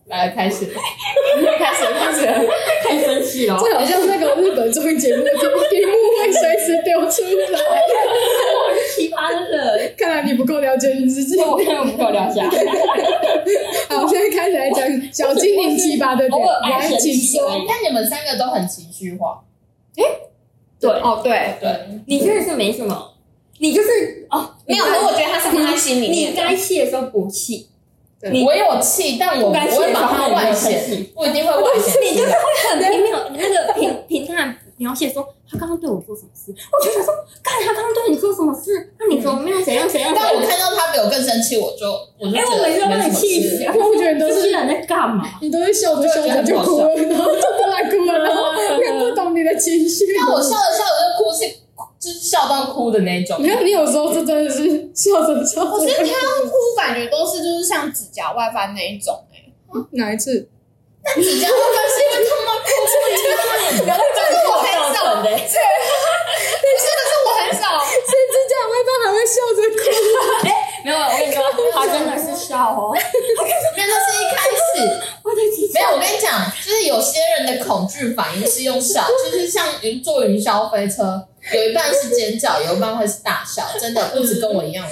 S4: 来，开始。
S6: 开始开始？
S5: (laughs) 太生气了。哦
S7: 这好像那个日本综艺节目的题目会随时丢出来。
S5: (laughs) 奇葩的人，
S7: 看来你不够了解你自己。
S5: 我跟我不够聊下。
S7: (laughs) 好，现在开始来讲小精灵奇葩
S5: (laughs)
S7: 的点
S5: 偶，尔爱
S7: 来，
S5: 生
S7: 请
S5: 气
S7: 说。
S5: 而已。
S4: 但你们三个都很情绪化，
S5: 对，
S6: 哦，对，
S4: 对，
S5: 你真的是没什么，你就是哦，
S6: 没有，可是我觉得他是放在心里
S5: 你
S6: 面的。
S5: 该气的时候不气，你
S4: 我有气，但我
S5: 不
S4: 不
S5: 该气
S4: 会
S5: 的时
S4: 把
S5: 候
S4: 它
S5: 他也没
S4: 外
S5: 有生
S4: 显，
S5: 气，
S4: 不一定会外显。
S5: 你就是会很平秒，那个平平淡描写说他刚刚对我做什么事，我就想说，干他刚刚对你做什么事？那你怎么没有怎样怎样？
S4: 但我看到他比我更生气，我就我就
S5: 哎，我每次
S4: 觉
S5: 都
S4: 得
S5: 把
S4: 没什
S5: 你
S4: 么
S5: 气死
S4: 事。，
S7: 我觉得都
S5: 这些
S7: 是
S5: 人在干 (laughs) 嘛？
S7: 你都是笑着笑着就哭了，然后就突然哭了，然后看不懂你的情绪。
S4: 但我笑着笑着就哭，是就是笑到哭的那种
S7: 你。看，你有时候这真的是笑着笑
S6: 我觉
S7: 着
S6: 得他哭感觉都是就是像指甲外翻那一种、欸，
S7: (laughs) 哪一 (laughs) 次？
S4: (laughs) 你这样会发现，因为他们
S5: 不要
S6: 这个我很少，
S5: 的，
S6: 这这个是我很少，
S7: 甚至这样，外方还会笑着哭。
S5: 没有，我跟你说，他真的是笑哦，
S4: 没有，那是一开始，
S5: 我的奇
S4: 没哎、我跟你讲，就是有些人的恐惧反应是用笑，就是像云坐云霄飞车，有一半是尖叫，有一半会是大笑，真的不止跟我一样，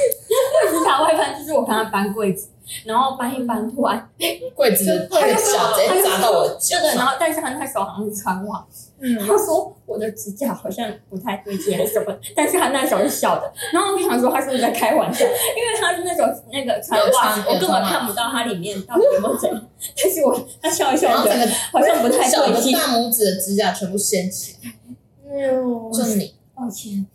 S5: 他外翻就是我帮他搬柜子，然后搬一搬，突然
S4: 柜子的那个脚直接砸到我的脚
S5: 这个，然
S4: 上，嗯
S5: 后但是他哦那时候好像是穿袜子，他说我的指甲好像不太对劲还是什么，但是他那时候是笑的，然后我想说他是不是在开玩笑，因为他是那种那个穿袜子
S4: 有穿，
S5: 我根
S4: 有穿
S5: 本
S4: 袜子
S5: 看不到他里面到底有没有怎样，但是我他笑一
S4: 然
S5: 笑
S4: 后
S5: 觉
S4: 整
S5: 得
S4: 个
S5: 好像不太
S4: 小
S5: 对
S4: 的
S5: 劲，
S4: 大拇指的指甲全部掀起来，就你，
S5: 抱歉，
S6: (laughs)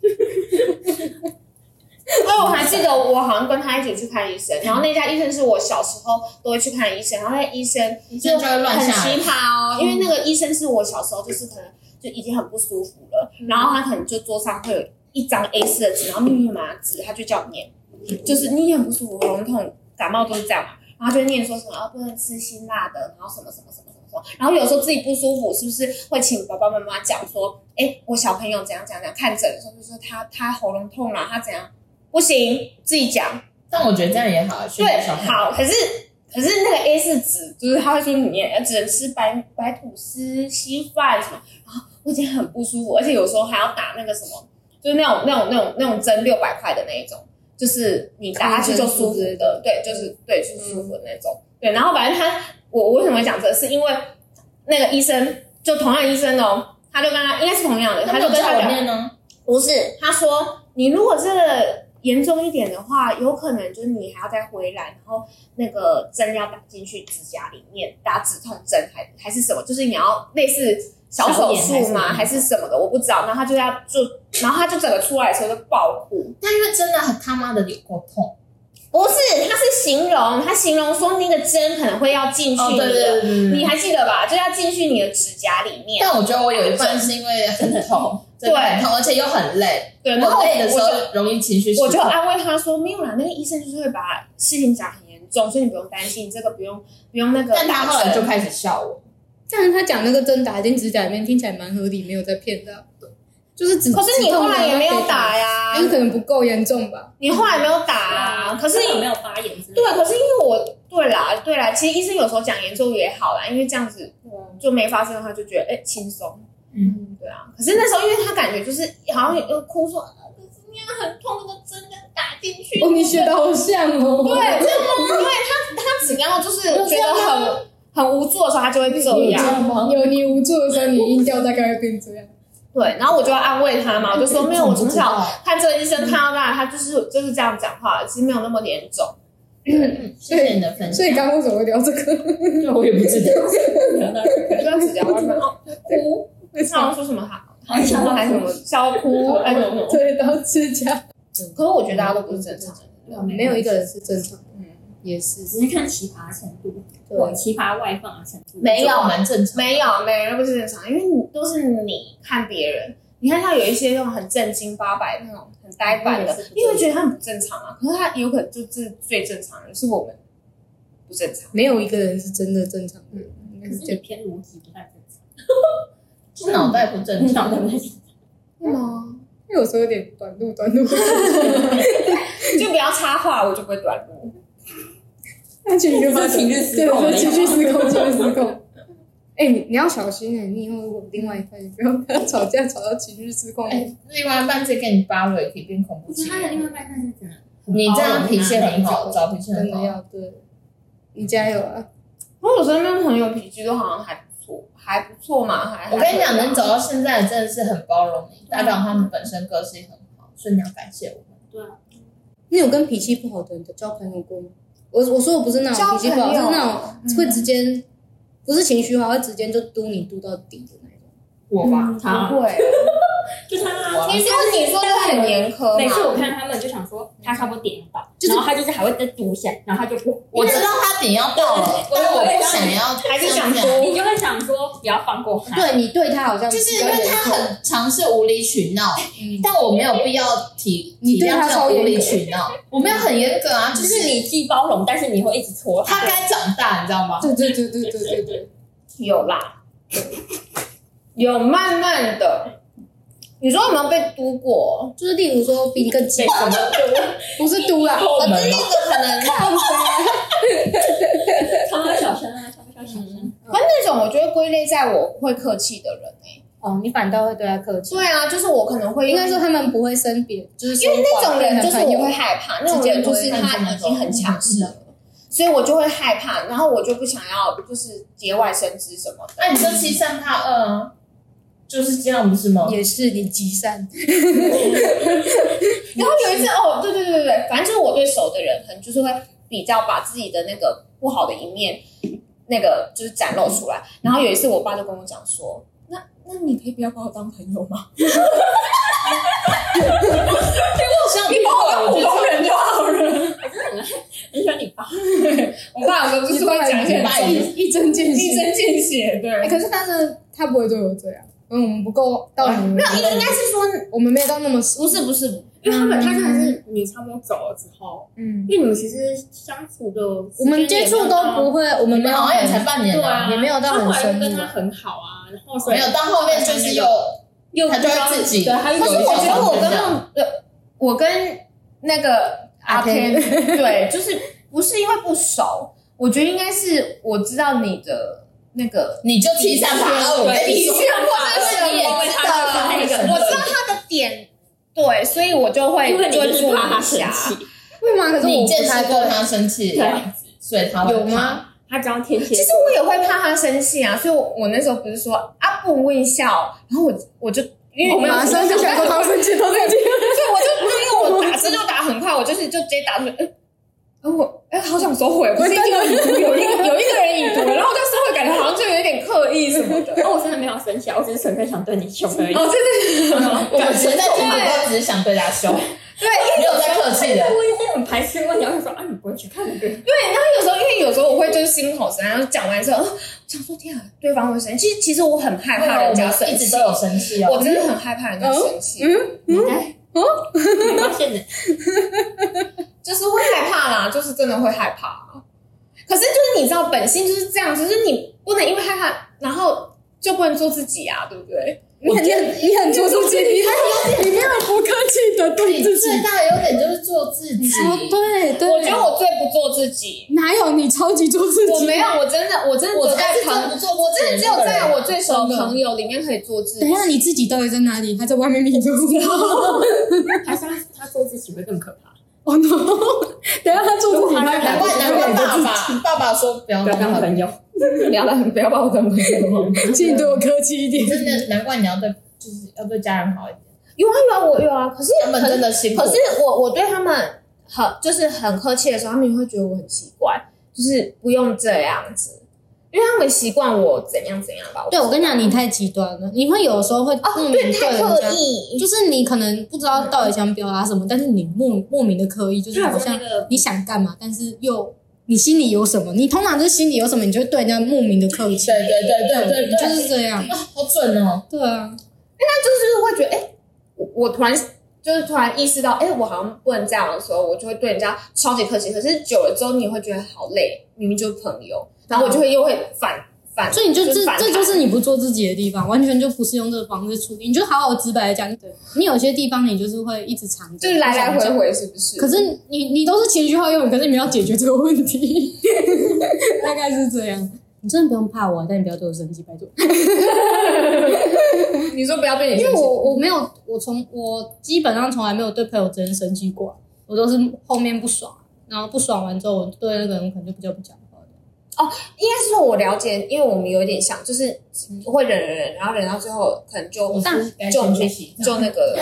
S6: 因为我还记得我好像跟他一起去看医生，然后那家医生是我小时候都会去看的医生，然后那医生
S4: 你现在就会乱
S6: 很
S4: 下来嗯
S6: 奇。葩哦，因为那个医生是我小时候就是可能就已经很不舒服了，
S4: 嗯
S6: 然后他可能就桌上会有一张 A 4的纸，然后密密麻麻的纸，他就叫你念，就是你也很不舒服，喉咙痛，感冒都是这样嘛，然后就念说什么啊不能吃辛辣的，然后什么什么什么什么什么，然后有时候自己不舒服，是不是会请爸爸妈妈讲说，哎，我小朋友怎样怎样怎样看诊的时候，就说他他喉咙痛啦、他怎样不行，自己讲
S4: 但我觉得这样也好，啊
S6: 对
S4: 小朋友
S6: 好，可是。可是那个 A 4纸，就是他会说你也只能吃白白吐司、稀饭什么，然后我已经很不舒服，而且有时候还要打那个什么，就是那种那种那种那种针六百块的那一种，就是你打下去就舒服嗯的，对，就是对，是舒服的那种。对，然后反正他，我我为什么会讲这个，是因为那个医生就同样医生哦，他就跟他应该是同样的，他就跟他
S4: 那我
S6: 讲，
S4: 念呢，
S6: 不是，他说你如果这个严重一点的话，有可能就是你还要再回来，然后那个针要打进去指甲里面，打止痛针还还是什么，就是你要类似小手术吗？还是什么的，我不知道。然后他就要就，然后他就整个出来的时候就爆哭，
S4: 但因为真的很他妈的有够痛，
S6: 不是，他是形容，他形容说那个针可能会要进去你的，
S4: 哦对
S6: 你还记得吧？就要进去你的指甲里面。
S4: 但我觉得我有一半是因为很痛，真的很痛，而且又很累。
S6: 对，然
S4: 我
S6: 后我
S4: 累的时
S6: 就
S4: 候容易情绪失
S6: 我就
S4: 控。
S6: 安慰他说，没有啦，那个医生就是会把事情讲很严重，所以你不用担心，这个不用不用那个。
S4: 但他后来就开始笑我，
S7: 但是他讲那个针打进指甲里面，听起来蛮合理，没有在骗的。就是只
S6: 可是你后来也没有打，啊
S7: 止
S6: 呀
S7: 痛，因为可能不够严重吧。
S6: 你后来没有打啊。可是
S5: 有
S6: 你
S5: 没有发炎之类的？
S6: 对，啊可是因为我对啦对啦，其实医生有时候讲严重也好啦，因为这样子嗯就没发生的话，就觉得哎轻松。嗯，对啊。可是那时候因为他感觉就是好像又哭说，啊可是那样很痛，那个针要打进去。
S7: 哦，你学的好像哦。
S6: 对，啊真的吗？因为他他只要就是觉得很很无助的时候，他就会这样。
S7: 有你无助的时候，你音调大概会变这样。
S6: 对，然后我就要安慰他嘛，我 (laughs) 就说没有，我从小看这个医生看到大，他就是就是这样讲话，其实没有那么严重。
S4: 嗯谢谢你的分享。
S7: 所以刚刚为什么会聊这个？
S4: 我也不知道， (laughs)
S6: 我就要指甲外面哦哭，那我说什么好？还想到还什么笑哭，哎什么？
S7: 对，到指甲
S6: 可是我觉得大家都不是正常人，
S7: 没有一个人是正常的，
S4: 嗯
S7: 也是。
S5: 只是看奇葩程度，
S7: 对
S5: 往奇葩外放的程度。
S6: 没有啊
S4: 蛮正常。
S6: 没有没有人都不是正常，因为你都是你看别人，你看像有一些那种很正经八百那种很呆板的，你会觉得他很不正常啊，可是他有可能就是最正常人，是我们不正常。
S7: 没有一个人是真的正常的，应该
S5: 可
S7: 是
S5: 是
S7: 这
S5: 你
S7: 样。
S5: 偏逻辑不太正常，
S4: 是脑袋不正
S5: 你
S4: 常。
S5: 脑袋不太正常。
S7: 因为有时候有点短路，短路。
S6: (laughs) 就不要插话，我就不会短路。
S7: 那情绪
S5: 发情绪失控
S7: 对，对情绪失控，情绪失控。哎，你你要小心哎！你以后如果另外一半，你不要跟他吵架吵到情绪失控。
S4: 哎，另外一半直接给你扒了，也可以变恐怖情
S5: 他的另
S4: 人。
S5: 外半看是怎样？
S4: 你这样脾气很好，
S7: 哦
S4: 找脾气
S7: 真
S4: 很
S7: 的
S4: 好。
S7: 要对，你加油啊！
S6: 我有身边朋友脾气都好像还不错，还不错嘛，还
S4: 我跟你讲，
S6: 还
S4: 能
S6: 不
S4: 走
S6: 错
S4: 到现在真的是很包容你，代表他们本身个性很好，所以你要感谢我们。
S7: 你有跟脾气不好的人交朋友过吗？我我说我不是那种
S6: 交
S7: 脾气不好，
S6: 朋
S7: 是
S6: 友
S7: 那种会直接不是情绪化，会直接就嘟你嘟到底的那种。
S4: 我吧，
S5: 他
S6: 不会。
S5: 就他啊，
S6: 你说你说的很严苛
S5: 每次我
S6: 嘛？
S5: 看他们就想说他差不多点到，
S7: 就是
S5: 然后他就是还会再读一下，然后他就不，
S4: 我知道他点要到了，但我不想要，
S6: 还是想
S4: 多。
S5: 你就会想说不要放过他。
S7: 对你对他好像
S4: 就是
S7: 比
S4: 因
S7: 较
S4: 为
S7: 严
S4: 他
S7: 苛
S4: 很尝试无理取闹，但我没有必要体
S7: 你
S4: 体
S7: 对他
S4: 谅这
S7: 超
S4: 种
S7: 严
S4: 无
S7: 格
S4: 理取闹，我没有很严格啊，就
S5: 就是
S4: 是
S5: 你既包容，但是你会一直戳
S4: 他该长大，你知道吗？
S7: 对对对对对对对，
S6: 有啦，有慢慢的。你说有没有被嘟过？
S7: (laughs) 就是例如说比你更近，不是嘟啦，
S5: 后
S4: 哦
S5: 门，
S6: 那个可能，
S5: 超小声啊，超小声。
S6: 可能归类在我会客气的人欸诶、
S5: 哦，你反倒会对他客气。
S6: 对啊，就是我可能会
S7: 应该说他们不会生别，就是
S6: 因为那种人就是我会
S7: 会
S6: 害怕，那种人就是他已经很嗯强势了，所以我就会害怕，然后我就不想要就是节外生枝什么的。
S4: 那你就欺善怕恶啊，就是这样不是吗？
S8: 也是你积善，
S6: 然后有一次哦，对对对对对，反正就是我对熟的人，可能就是会比较把自己的那个不好的一面，那个就是展露出来。然后有一次，我爸就跟我讲说：“那那你可以不要把我当朋友 (laughs) 吗？
S4: 像你把我
S6: 当人就好了。
S4: (laughs)
S5: 你说你爸，”
S6: 我爸有时候就是会讲一些很
S4: 一
S8: 一针见
S6: 一
S8: 血。
S6: 针见血，对。
S7: 哎，可是但是他不会对我这样，因为我们不够到你们
S6: 没，有，应该应该是说，
S7: 我们没有到那么不是不是，
S8: 因为他们他真的是你差不多走了之后，
S7: 嗯，
S8: 因为你们其实相处的我
S7: 我们接触都不会，我们
S4: 你们
S7: 没有嗯
S4: 好像也才半年
S8: 对
S4: 啊，
S8: 啊，
S7: 也没有到很深
S8: 他后
S7: 入啊
S8: 来就跟他很好啊，然后所以
S4: 没有到后面就是又
S8: 又
S4: 他就会自己
S8: 对，他就
S6: 可是
S4: 有一
S6: 我
S4: 种
S6: 觉得我跟那种呃我跟那个阿 Ken，对，就是不是因为不熟，我觉得应该是我知道你的那个
S4: 你就欺善怕恶，我跟你
S6: 底
S4: 说
S6: 线，或者是
S4: 你也知道
S5: 那个
S6: 我知道他的点，对，所以我就会
S5: 因为你
S6: 就
S5: 就是是
S6: 注
S5: 怕
S6: 意
S5: 他
S6: 一
S5: 生
S6: 下。
S5: 气，
S7: 会吗？可是
S4: 你
S7: 我
S4: 见识
S7: 不太
S4: 过
S7: 对，
S4: 他生气的样子，所以他会
S7: 有吗？
S5: 他只要天蝎
S6: 其实
S5: 座，
S6: 我也会怕他生气啊，所以我我那时候不是说啊不问笑，然后我我就因为你们
S7: 马上就想说他生气，他生气，
S6: 对，我就因为我打字就打很快，我就是就直接打出去，哎、哎我哎、好想收回，不是因为已读有一个有一个人已读了，然后就收回，感觉好像就有点刻意什么的。
S5: 哦，我真的没有生气啊，我只是纯粹想对你凶而已。
S6: 哦，真的
S4: 我们现在听不到，只是想对他凶，
S6: 对，因
S4: 没有在客气
S5: (laughs)
S4: 的。
S5: 我也会很排斥问你，我就说啊，你不会去看那个？
S6: 为有时候因为有时候我会就是心口生，然后讲完之后，啊想说天啊，对方会生气。其实其实我很害怕人家生
S4: 一直
S6: 气
S4: 都，有生气哦。
S6: 我真的很害怕人家生气，
S5: 你发现的，
S6: 就是会害怕
S4: 嗯
S6: 啦，就是真的会害怕。可是就是你知道本性就是这样，就是你不能因为害怕，然后就不能做自己啊，对不对？
S7: 你很你很做自己，你没有你没有不客气的对
S4: 你
S7: 自己
S4: 最，大的优点就是做自己，
S7: 哦对对，
S6: 我觉得我最不做自己，
S7: 哪有你超级做自己，
S6: 我没有，我真的，我真的只
S4: 我
S6: 有
S4: 才
S6: 在
S4: 是
S6: 朋
S4: 真不做我
S6: 真的只有在我最熟
S4: 嗯
S6: 的朋友里面可以做自己
S7: 等一。下，你自己到底在哪里？他在外面 (laughs) 你都不知道。
S5: 还是他他做自己会更可怕。
S7: 哦 no！等一下他做自己，他
S4: 难怪难怪爸爸爸爸说不要
S5: 不要当
S4: 友，
S5: 朋友，哦
S7: 请你对我客气一点。
S4: 真的难怪你要对就是要对家人好一点，
S6: 有啊有啊，我有啊，可是
S4: 他们真的辛苦。
S6: 可是我我对他们很就是很客气的时候，他们也会觉得我很奇怪，就是不用这样子，因为他们习惯我怎样怎样吧。
S7: 对，我跟你讲，你太极端了，你会有时候会莫
S6: 哦，
S7: 名
S6: 对，
S7: 对
S6: 太
S7: 人
S6: 刻
S7: 家，
S6: 意，
S7: 就是你可能不知道到底想表达什么，但是你莫莫名的刻意，就是好像你想干嘛，但是又你心里有什么，你通常就是心里有什么，你就会对人家莫名的客气
S4: 对。对对对对
S7: 就
S4: 对，
S7: 是这样。
S4: 好准哦！
S7: 对啊，
S6: 那就是会觉得，哎、我我突然就是突然意识到，哎、我好像不能这样的时候，我就会对人家超级客气。可是久了之后，你会觉得好累，明明就是朋友，然后我就会又会反反，
S7: 所以你就这
S6: 反
S7: 这
S6: 弹
S7: 就是你不做自己的地方，完全就不是用这个方式处理，你就好好直白的讲。对，你有些地方你就是会一直藏着，
S6: 就是来来
S7: 不
S6: 回
S7: 想讲
S6: 回，是不是？
S7: 可是你你都是情绪化用语，可是你们要解决这个问 (laughs) 题，大概是这样。你真的不用怕我，但你不要对我生气，拜 (laughs) 托。
S6: 你说不要对你
S7: 因
S6: 生
S7: 为
S6: 气，
S7: 我我没有，我从我基本上从来没有对朋友之间生气过啊，我都是后面不爽，然后不爽完之后，我对那个人可能就比较不讲话了。
S6: 应该是说我了解，因为我们有一点像，就是会忍忍忍，然后忍到最后可能就就没就那个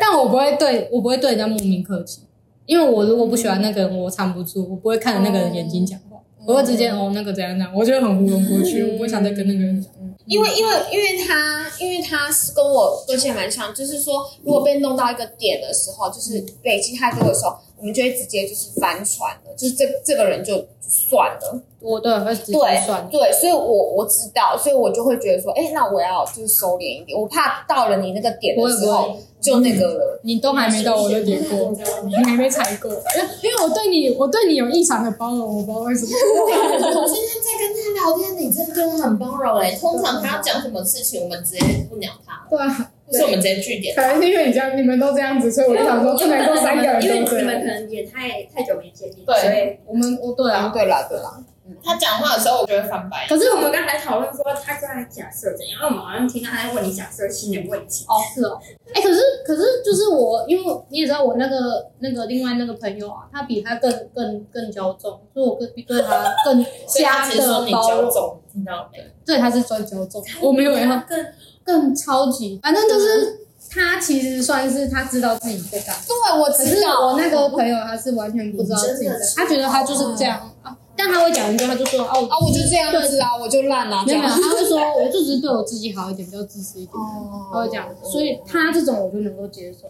S7: 但我不会对我不会对人家莫名客气，因为我如果不喜欢那个人，我藏不住，我不会看着那个人眼睛讲话，我会直接哦那个怎样怎样，我就会很糊弄过去，我不会想再跟那个人讲。
S6: 因为因为因为他因为他是跟我个性蛮像，就是说如果被弄到一个点的时候，就是累积太多的时候，我们就会直接就是翻船了，就是这这个人就算了。
S7: 我对会直接
S6: 对
S7: 算了。
S6: 对，所以我我知道，所以我就会觉得说，哎，那我要就是收敛一点，我怕到了你那个点的时
S7: 不
S6: 候就那个了。
S7: 你都还没到，我就点过，你还没踩过，因为我对你，我对你有异常的包容，我不知道为什么。
S4: 我今天在跟他聊天，你真的对他很包容哎。通常他要讲什么事情，我们直接不鸟他，
S7: (laughs) 对啊，
S4: 或是我们直接据点。
S8: 可能是因为你这样，你们都这样子，所以我就想说不能够三个人
S5: 因为
S8: 都这
S5: 你们
S8: 样。
S5: 可能也太太久没见面，
S4: 对
S5: 所以
S7: 我们我对
S6: 啊，
S7: 啊，
S6: 对啦对啦，
S4: 他讲话的时候，我就会翻白眼。
S5: 可是我们刚才讨论说他刚才假设怎样，因为我们好像听到他在问你假设性的问题。
S7: 哦，是哦，哎、可是可是就是我，因为你也知道我那个那个另外那个朋友啊，他比他更更更骄纵，所以我更对他更
S4: 所以他
S7: 加
S4: 其实说
S7: 的
S4: 你
S7: 包
S4: 骄
S7: 容，
S4: 纵，听到没？
S7: 对他是专骄纵，我没有要
S5: 更
S7: 更超级，啊反正就是他其实算是他知道自己在干嘛。
S6: 对，我
S7: 可是
S6: 知道。
S7: 我那个朋友他是完全不知道自己在，他觉得他就是这样啊，但他会讲一句，他就说啊，我
S6: 啊，我就这样子啊，我就烂了，这
S7: 没有没有，
S6: 样。
S7: 他会说我就只是对我自己好一点，比较自私一点，
S6: 哦
S7: 他会这样，所以他这种我就能够接受。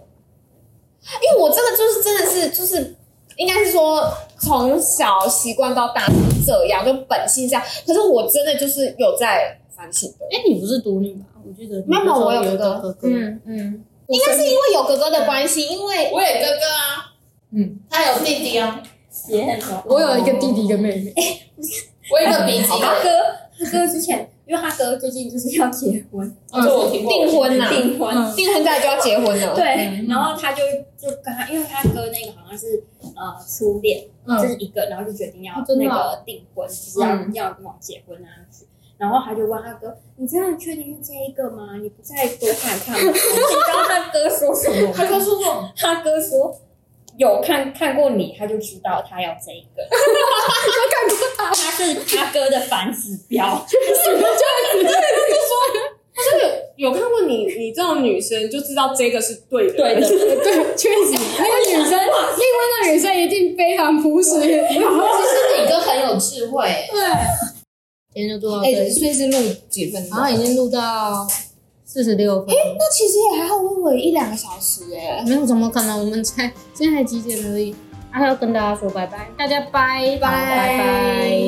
S6: 因为我这个就是真的是就是，应该是说从小习惯到大是这样，就本性这样。可是我真的就是有在反省的，
S7: 哎、你不是独女吧？我记得你
S6: 没有
S7: 那时候
S6: 我有
S7: 有
S6: 哥
S7: 一个
S6: 哥
S7: 哥哥，
S6: 嗯嗯，应该是因为有哥哥的关系，因为
S4: 我有哥哥啊，嗯，他有弟弟啊，
S5: 也很多。
S7: 我有一个弟弟，一个妹妹。
S4: 我有一个鼻子，
S5: 他哥，他哥之前，因为他哥最近就是要结婚，
S4: 这我听过。
S6: 订婚呐、
S5: 订婚，
S7: 嗯
S6: 订婚在就要结婚了。
S5: 对，然后他就就跟他，因为他哥那个好像是呃初恋，
S7: 嗯
S5: 这是一个，然后就决定要
S7: 哦真的
S5: 那
S7: 哦
S5: 个订婚，就是要要往结婚啊去。然后他就问他哥：“你真的确定是这一个吗？你不再多看看吗？”你知道他哥说什么吗？
S4: 他哥说什么？
S5: 他哥说有看看过你，他就知道他要这一个。他看过他，是他哥的反指标。
S3: 有看过你你这种女生就知道这个是对的，
S5: 对的，
S8: 对，确实，那个女生，另外那个女生一定非常朴实，然后
S4: 其实你哥很有智慧，
S7: 今天就做到这
S6: 哎、
S7: 里，
S6: 所以是录几分
S7: 然
S6: 钟？
S7: 后已经录到四十六分，
S6: 那其实也还好，我以为一两个小时哎、
S7: 没有怎么可能？我们才现在才几点而已，还、啊、要跟大家说拜拜，大家拜拜拜拜。